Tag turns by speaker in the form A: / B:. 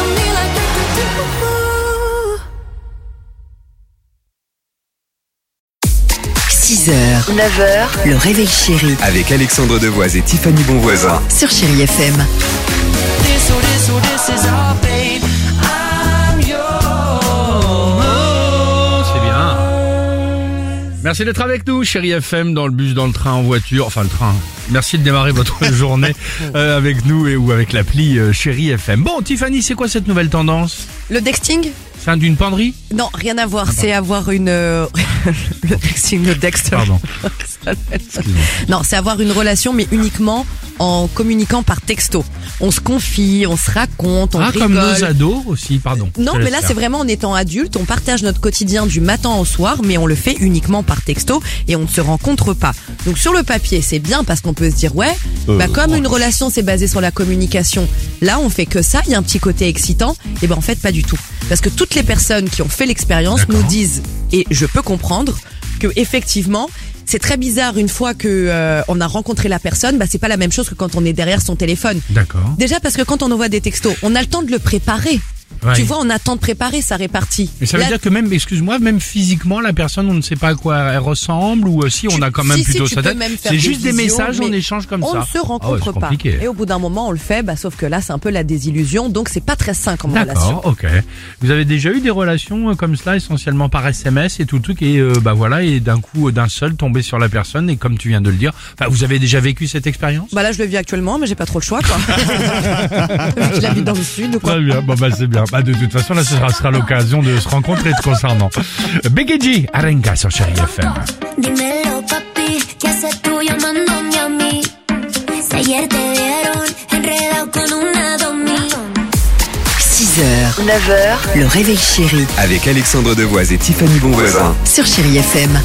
A: on me like do, do, do, do.
B: 6h, 9h, le réveil chéri
C: Avec Alexandre Devoise et Tiffany Bonvoisin.
B: sur Chérie FM.
D: this, oh this, oh this is all, babe. I'm yours.
E: C'est bien. Merci d'être avec nous, chérie FM, dans le bus, dans le train, en voiture, enfin le train. Merci de démarrer votre journée euh, avec nous et ou avec l'appli euh, chérie FM. Bon, Tiffany, c'est quoi cette nouvelle tendance
F: Le dexting
E: C'est un d'une penderie
F: Non, rien à voir. c'est avoir une. euh, le dexting, le dext.
E: Pardon.
F: non, c'est avoir une relation, mais uniquement en communiquant par texto. On se confie, on se raconte, on
E: Ah,
F: rigole.
E: comme nos ados aussi, pardon.
F: non,
E: Je te
F: mais
E: laisse
F: là c'est
E: faire.
F: vraiment en étant adulte, on partage notre quotidien du matin au soir, mais on le fait uniquement par texto et on ne se rencontre pas. Donc sur le papier c'est bien parce qu'on peut se dire ouais,
E: Euh,
F: bah
E: oh.
F: comme une relation c'est basée sur la communication, là on fait que ça, il y a un petit côté excitant, et ben en fait pas du tout, parce que toutes les personnes qui ont fait l'expérience nous
E: D'accord.
F: disent et je peux comprendre que effectivement c'est très bizarre une fois que euh, on a rencontré la personne, bah c'est pas la même chose que quand on est derrière son téléphone.
E: D'accord.
F: Déjà parce que quand on envoie des textos, on a le temps de le préparer.
E: Ouais.
F: Tu vois, on a le temps de préparer sa répartie.
E: Mais ça veut
F: Là,
E: dire que même, excuse-moi, même physiquement, la personne, on ne sait pas à quoi elle ressemble ou euh, si on
F: tu-
E: a quand même
F: si, si,
E: plutôt
F: tu
E: sa
F: peux
E: tête.
F: même faire
E: C'est juste des
F: visions,
E: messages, on
F: mais
E: échange comme
F: on
E: ça.
F: ne se
E: Ah ouais,
F: rencontre
E: c'est
F: pas.
E: compliqué.
F: Et au bout d'un moment, on le fait, bah, sauf que là, c'est un peu la désillusion, donc c'est pas très sain comme relation.
E: D'accord, ok. Vous avez déjà eu des relations euh, comme cela, essentiellement par SMS et tout le truc, et euh, bah voilà, et d'un coup, euh, d'un seul, tomber sur la personne, et comme tu viens de le dire, enfin, vous avez déjà vécu cette expérience
F: Bah là, je le vis actuellement, mais j'ai pas trop le choix, quoi. je l'habite dans le sud, quoi.
E: Très bien, bon bah c'est bien. Bah de toute façon, là, ce sera, sera l'occasion de se rencontrer de concernant. Begeji, Arenga sur Chéri FM.
G: Dímelo, papi, ¿qué haces tú llamándome a mí? Si ayer te vieron enredado con una domingo.
B: 6h, 9h, le réveil chéri
C: Avec Alexandre Devoise et Tiffany Bonvoisin.
B: sur Chérie FM.